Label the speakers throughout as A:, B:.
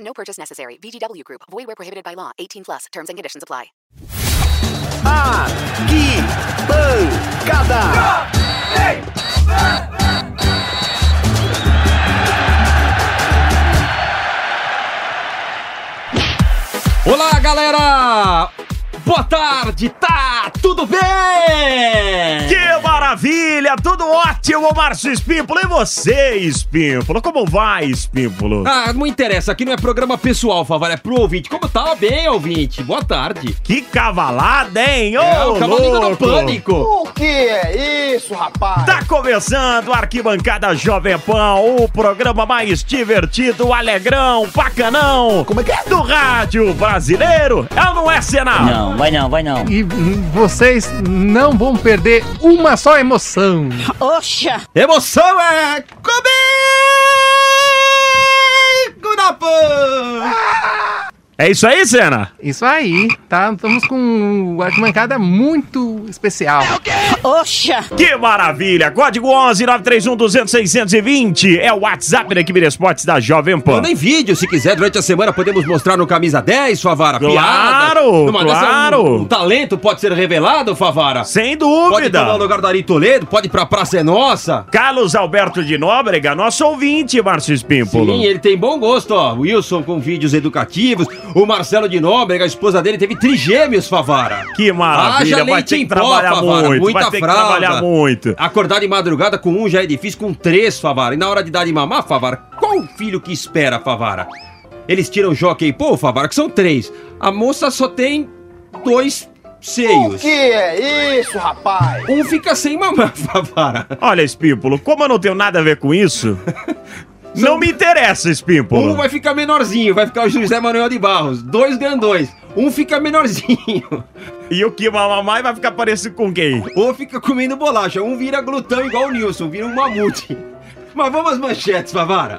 A: No purchase necessary. VGW Group. Void where prohibited by law. 18 plus. Terms and conditions apply.
B: Aqui, pancada!
C: Olá, galera! Boa tarde, tá? Tudo bem?
D: Que maravilha! Tudo ótimo, Márcio Espímpolo. E você, Espímpolo? Como vai, Espímpolo?
C: Ah, não interessa, aqui não é programa pessoal, Favara, é pro ouvinte. Como tá? Bem, ouvinte? Boa tarde.
D: Que cavalada, hein? Ô,
C: é o Cavalinho do
D: louco!
C: Pânico.
B: O que é isso, rapaz?
D: Tá começando a Arquibancada Jovem Pan, o programa mais divertido, alegrão, bacanão. Como é que é? Do rádio brasileiro. É ou não é, Senado?
E: Não, vai não, vai não.
F: e hum, vocês não vão perder uma só emoção.
C: Emoção é comigo na pan!
D: É isso aí, Sena?
F: Isso aí, tá? Estamos com uma arquibancada muito especial.
D: Que maravilha! Código 11 931 200 620 é o WhatsApp da equipe de esportes da Jovem Pan.
C: Manda em vídeo, se quiser, durante a semana podemos mostrar no Camisa 10, Favara,
D: Claro,
C: piada. Numa dessa,
D: claro.
C: um, um talento pode ser revelado, Favara.
D: Sem
C: Pode um
D: dúvida.
C: tomar o lugar do Ari Toledo, pode ir pra Praça é Nossa.
D: Carlos Alberto de Nóbrega, nosso ouvinte, Márcio Espímpolo.
C: Sim, ele tem bom gosto, ó. Wilson com vídeos educativos. O Marcelo de Nóbrega, a esposa dele, teve trigêmeos, Favara.
D: Que maravilha,
C: Haja
D: vai
C: leite
D: ter que
C: em pó,
D: trabalhar
C: Favara,
D: muito,
C: muita
D: vai ter que
C: fralda.
D: trabalhar muito.
C: Acordar de madrugada com um já é difícil, com três, Favara. E na hora de dar de mamar, Favara, qual o filho que espera, Favara? Eles tiram jockey e pô, Favara, que são três. A moça só tem dois
B: O
C: seios.
B: que é isso, rapaz?
C: Um fica sem mamar, Favara.
D: Olha, Espímpolo, como eu não tenho nada a ver com isso, não me interessa,
C: Um
D: Espímpolo.
C: vai ficar menorzinho, vai ficar o José Manuel de Barros. Dois grandões. Um fica menorzinho.
D: E o que mamamai vai ficar parecido com quem?
C: Ou fica comendo bolacha. Um vira glutão igual o Nilson, vira um mamute. Mas vamos às manchetes, Favara.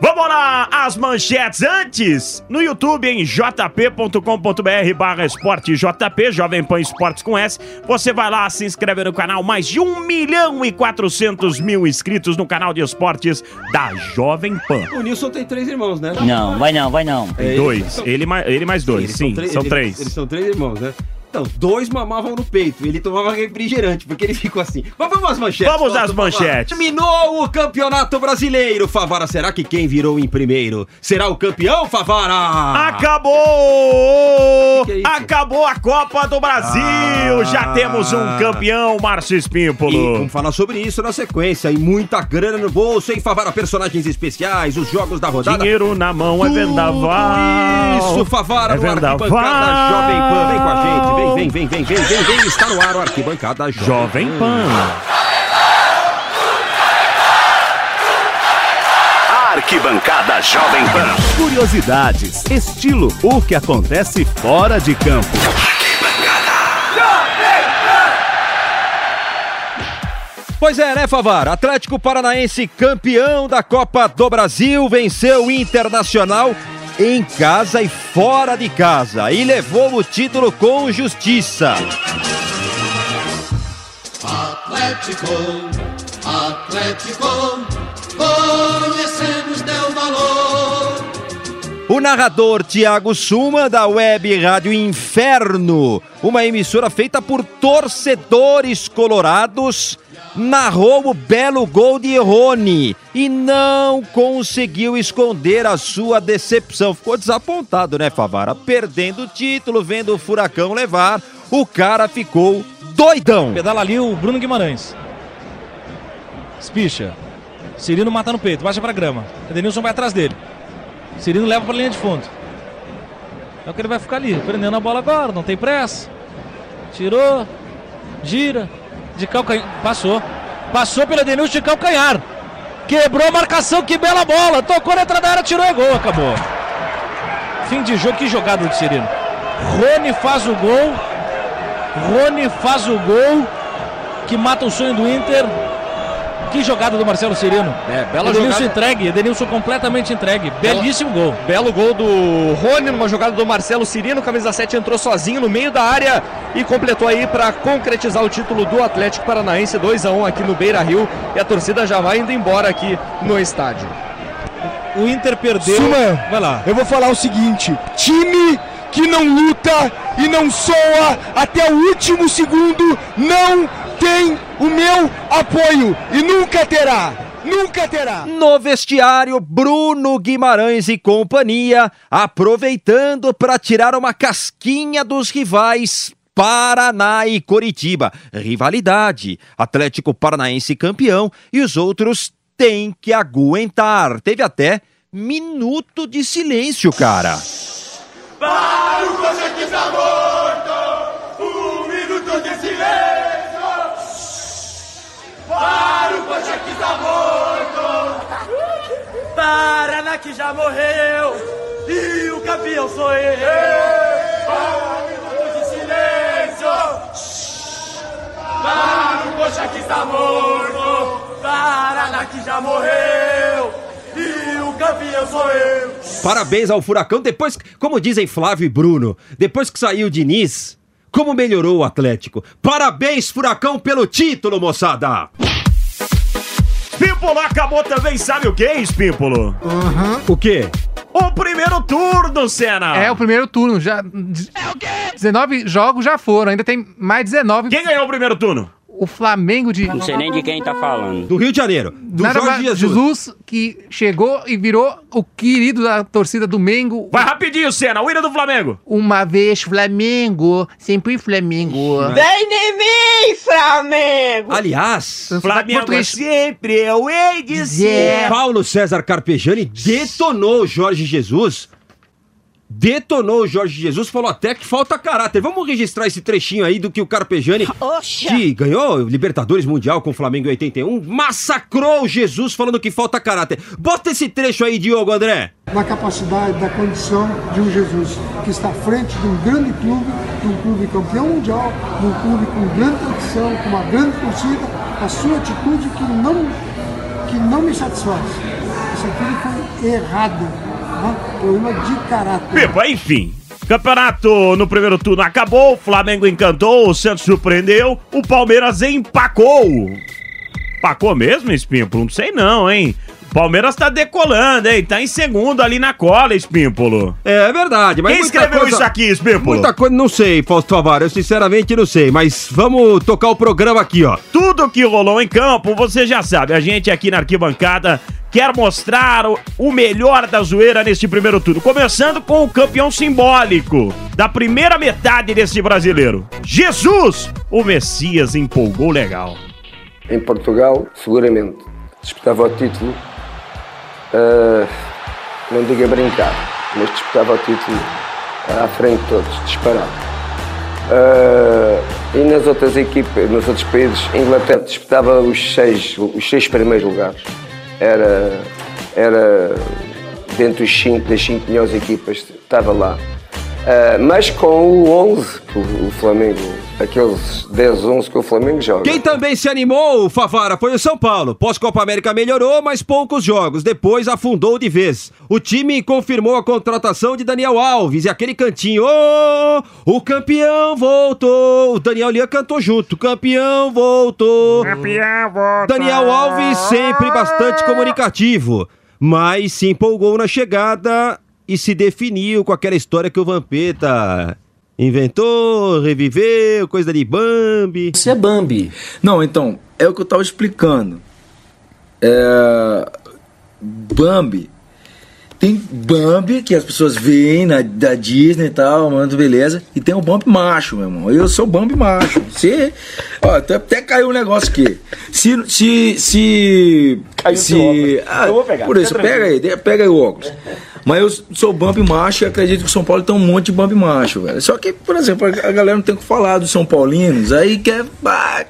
D: Vamos lá, as manchetes antes, no YouTube em jp.com.br barra esporte jp, Jovem Pan Esportes com S, você vai lá, se inscreve no canal, mais de 1 milhão e 400 mil inscritos no canal de esportes da Jovem Pan.
C: O Nilson tem três irmãos, né?
E: Não, vai não, vai não.
C: É, eles
D: Dois,
C: são-
D: ele mais, ele mais dois,
C: eles
D: sim, são
C: eles-
D: três.
C: Eles são três irmãos, né? Então, dois mamavam no peito, ele tomava refrigerante, porque ele ficou assim. Mas vamos às manchetes.
D: Vamos às
C: Favara.
D: manchetes.
C: Terminou o campeonato brasileiro, Favara. Será que quem virou em primeiro será o campeão, Favara?
D: Acabou!
C: Ah. Que que é isso?
D: Acabou a Copa do Brasil!
C: Ah.
D: Já temos um campeão, Márcio
C: E
D: Espímpolo.
C: vamos falar sobre isso na sequência. E muita grana no bolso, hein, Favara? Personagens especiais, os jogos da rodada.
D: Dinheiro na mão é
C: Tudo
D: vendaval.
C: Isso, Favara,
D: é
C: no
D: vendaval.
C: Arquibancada Jovem Pan. Vem com a gente, vem, vem, vem, vem, vem, vem, vem. Está no ar o Arquibancada Jovem,
D: Jovem Pan.
B: Arquibancada Jovem Pan.
G: Curiosidades, estilo, o que acontece fora de campo.
C: Pois é, né, Favara? Atlético Paranaense, campeão da Copa do Brasil, venceu o Internacional em casa e fora de casa. E levou o título com justiça.
H: Atlético, Atlético, conhecemos teu valor.
C: O narrador Tiago Suma, da web Rádio Inferno, uma emissora feita por torcedores colorados, narrou o belo gol de Rony e não conseguiu esconder a sua decepção. Ficou desapontado, né, Favara? Perdendo o título, vendo o Furacão levar, o cara ficou doidão.
I: Pedala ali o Bruno Guimarães. Espicha. Cirino mata no peito, baixa pra grama. Edenilson vai atrás dele. Cirino leva pra linha de fundo. É o que ele vai ficar ali, prendendo a bola agora, não tem pressa. Tirou, gira, de calcanhar. Passou. Passou pelo Edenilson de calcanhar. Quebrou a marcação, que bela bola. Tocou na entrada da área, tirou e gol, acabou. Fim de jogo, que jogada do Cirino. Rony faz o gol. Rony faz o gol que mata o sonho do Inter. Que jogada do Marcelo Cirino.
J: É, bela
I: Edenilson
J: jogada.
I: entregue, Edenilson completamente entregue. Belíssimo gol.
J: Belo gol do Rony, numa jogada do Marcelo Cirino. Camisa 7 entrou sozinho no meio da área e completou aí para concretizar o título do Atlético Paranaense 2 a 1 aqui no Beira Rio. E a torcida já vai indo embora aqui no estádio.
I: O Inter perdeu.
K: Suma,
I: vai lá.
K: Eu vou falar o seguinte: time que não luta e não soa até o último segundo não tem o meu apoio e nunca terá. Nunca terá.
C: No vestiário, Bruno Guimarães e companhia aproveitando para tirar uma casquinha dos rivais. Paraná e Coritiba. Rivalidade. Atlético Paranaense campeão e os outros têm que aguentar. Teve até minuto de silêncio, cara.
H: Para o você que está morto, um minuto de silêncio. Para o você que está morto, Paraná que já morreu e o campeão sou eu. Para um minuto de silêncio. Para o poxa que está morto, Paraná que já morreu e o campeão sou eu.
C: Parabéns ao Furacão. Depois, como dizem Flávio e Bruno, depois que saiu o Diniz, como melhorou o Atlético. Parabéns, Furacão, pelo título, moçada!
D: Pímpolo acabou também, sabe o que, Pímpolo?
C: O quê?
D: O primeiro turno, Senna!
F: É o primeiro turno. Já, é o quê? 19 jogos já foram, ainda tem mais 19.
D: Quem ganhou o primeiro turno?
F: O Flamengo de.
E: Não sei nem de quem tá falando.
C: Do Rio de Janeiro. Do
F: Nada
C: Jorge Jesus.
F: mais Jesus que chegou e virou o querido da torcida do Mengo.
D: Vai rapidinho, Senna, o hino do Flamengo!
F: Uma vez Flamengo, sempre Flamengo.
L: Vem em mim, Flamengo!
C: Aliás,
F: Então, tá
D: Flamengo é sempre eu hei de ser.
C: Paulo César Carpejani detonou o Jorge Jesus. Detonou o Jorge Jesus, falou até que falta caráter. Vamos registrar esse trechinho aí do que o Carpejani, que ganhou o Libertadores Mundial com o Flamengo em 81, massacrou o Jesus falando que falta caráter. Bota esse trecho aí, Diogo André.
M: da capacidade, da condição de um Jesus que está à frente de um grande clube, de um clube campeão mundial, de um clube com grande tradição, com uma grande torcida, a sua atitude que não, que não me satisfaz. Essa atitude foi errada, né? problema de caráter.
D: Pipa, enfim. Campeonato no primeiro turno acabou, o Flamengo encantou, o Santos surpreendeu, o Palmeiras empacou. Empacou mesmo, Espímpolo? Não sei não, hein? O Palmeiras tá decolando, hein? Tá em segundo ali na cola, Espímpolo.
C: É verdade, mas
D: Quem
C: muita
D: escreveu
C: coisa-
D: isso aqui, Espímpolo?
C: Muita coisa, não sei, Fausto Favaro, eu sinceramente não sei, mas vamos tocar o programa aqui, ó.
D: Tudo que rolou em campo, você já sabe. A gente aqui na arquibancada quer mostrar o, o melhor da zoeira neste primeiro turno. Começando com o campeão simbólico da primeira metade desse brasileiro. Jesus! O Messias empolgou legal.
N: Em Portugal, seguramente. Disputava o título. ah, não diga brincar, mas disputava o título à frente de todos, disparado. Ah, e nas outras equipas, nos outros países, a Inglaterra disputava os seis, os seis primeiros lugares. Era, era dentro dos cinco, das cinco melhores equipas, estava lá. Ah, mas com o 11, que o, o Flamengo, aqueles 10, 11 que o Flamengo joga.
C: Quem também se animou, Favara, foi o São Paulo. Pós-Copa América melhorou, mas poucos jogos. Depois afundou de vez. O time confirmou a contratação de Daniel Alves e aquele cantinho. Ô, o campeão voltou. O Daniel Lian cantou junto. Campeão voltou.
D: Campeão voltou.
C: Daniel Alves sempre bastante comunicativo, mas se empolgou na chegada e se definiu com aquela história que o Vampeta inventou, reviveu, coisa de Bambi.
O: Você é Bambi. Não, então, é o que eu tava explicando. É... Bambi. Tem Bambi, que as pessoas veem na, da Disney e tal, mano, beleza. E tem o Bambi macho, meu irmão. Eu sou o Bambi macho. Se. Ó, até, até caiu um negócio aqui. Se. Se. Se.
P: Caiu
O: se
P: seu óculos.
O: ah,
P: Eu vou pegar,
O: Por isso,
P: fica tranquilo.
O: pega aí, de- pega aí o óculos. Mas eu sou Bambi macho e acredito que o São Paulo tem um monte de Bambi macho, velho. Só que, por exemplo, a a galera não tem o que falar dos São Paulinos, aí quer. bah,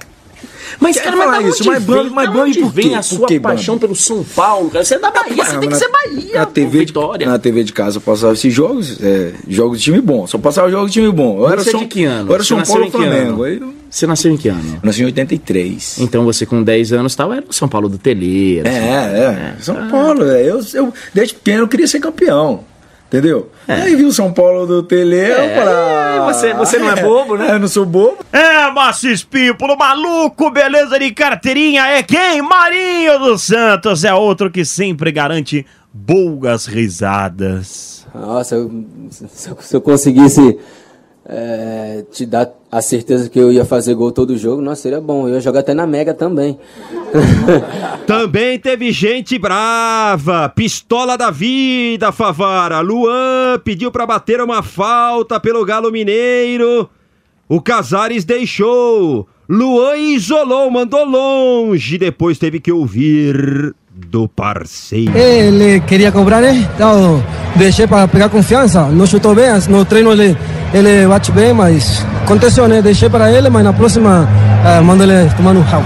P: Mas, cara,
O: Quero
P: mas
O: falar
P: da onde
O: isso, mas Bambi-
P: vem,
O: mas
P: da
O: Bambi
P: onde
O: por quê? Ah,
P: vem a
O: Por
P: sua
O: que Bambi?
P: paixão pelo São Paulo, cara? Você é da Bahia, você tem que
O: na-
P: ser Bahia.
O: Na TV, de, na TV de casa eu passava esses jogos, é, jogos de time bom. Só passava jogos de time bom. Eu era
P: você é
O: São,
P: de que ano?
O: Eu era
P: Você
O: São
P: nasceu
O: Paulo
P: em
O: e
P: que
O: Flamengo.
P: ano?
O: Aí eu-
P: Você nasceu em que ano?
O: Nasci em 83.
P: Então você com 10 anos tal, era o São Paulo do Telê.
O: É, é, São Paulo, velho. Eu, eu, desde pequeno eu queria ser campeão. Entendeu? Aí vi o São Paulo do Tele, eu falei, ah,
P: você- você não é bobo, né?
O: Eu não sou bobo.
D: É, Márcio Espípulo, maluco, beleza de carteirinha, é quem? Marinho dos Santos, é outro que sempre garante boas risadas.
Q: Nossa, eu, se, eu- se eu conseguisse é, te dar a certeza que eu ia fazer gol todo jogo, nossa, seria bom. Eu ia jogar até na Mega também.
C: Também teve gente brava, pistola da vida, Favara. Luan pediu pra bater uma falta pelo Galo Mineiro. O Casares deixou. Luan isolou, mandou longe. Depois teve que ouvir do parceiro.
R: Ele queria cobrar, né? Então deixei para pegar confiança. Não chutou bem, assim, no treino ele, ele bate bem, mas aconteceu, né? Deixei para ele, mas na próxima eh, mando ele tomar no rabo.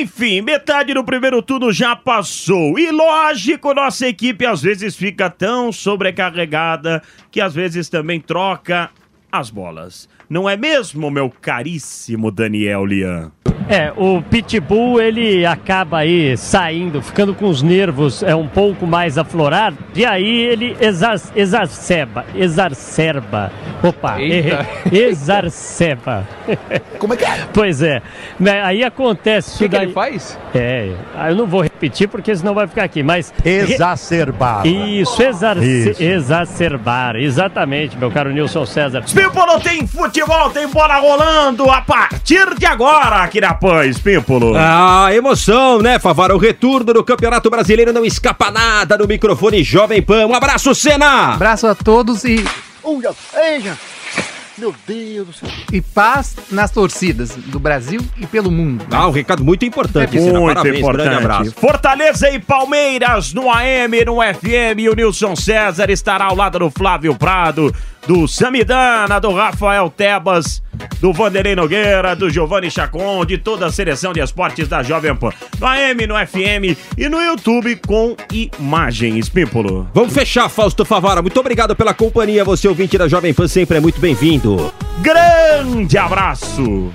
D: Enfim, metade do primeiro turno já passou. E lógico, nossa equipe às vezes fica tão sobrecarregada que às vezes também troca as bolas. Não é mesmo, meu caríssimo Daniel Lian?
S: É, o Pitbull ele acaba aí saindo, ficando com os nervos é um pouco mais aflorado e aí ele exar exarceba, exarcerba. Opa,
T: Eita.
S: errei. exarceba. Como é que é? Pois é. né, Aí acontece isso
T: Que que ele
S: daí. faz? É, ah, eu não vou repetir porque senão vai ficar aqui, mas
U: Exacerbado.
S: Isso, exarce
U: Isso.
S: exacerbar, exatamente, meu caro Nilson César.
D: Pímpolo tem futebol, tem bola rolando a partir de agora aqui na Pães, Pímpolo.
C: Ah, emoção, né, Favara? O retorno do Campeonato Brasileiro não escapa nada no microfone Jovem Pan. Um abraço, Senna!
F: Abraço a todos e,
H: Olha, veja! Meu Deus do céu!
F: e paz nas torcidas do Brasil e pelo mundo.
C: Ah, um recado muito importante, Senna.
D: Muito
C: Parabéns,
D: importante.
C: grande abraço.
D: Fortaleza e Palmeiras no AM, no FM. E o Nilson César estará ao lado do Flávio Prado, do Samidana, do Rafael Tebas, do Vanderlei Nogueira, do Giovanni Chacon, de toda a seleção de esportes da Jovem Pan. No AM, no FM e no YouTube com imagens, Pímpolo.
C: Vamos fechar, Fausto Favara. Muito obrigado pela companhia. Você, ouvinte da Jovem Pan, sempre é muito bem-vindo.
D: Grande abraço!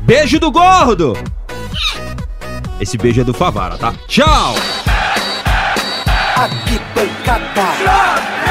C: Beijo do gordo! Esse beijo é do Favara, tá? Tchau!
H: Arquibancada! Jovem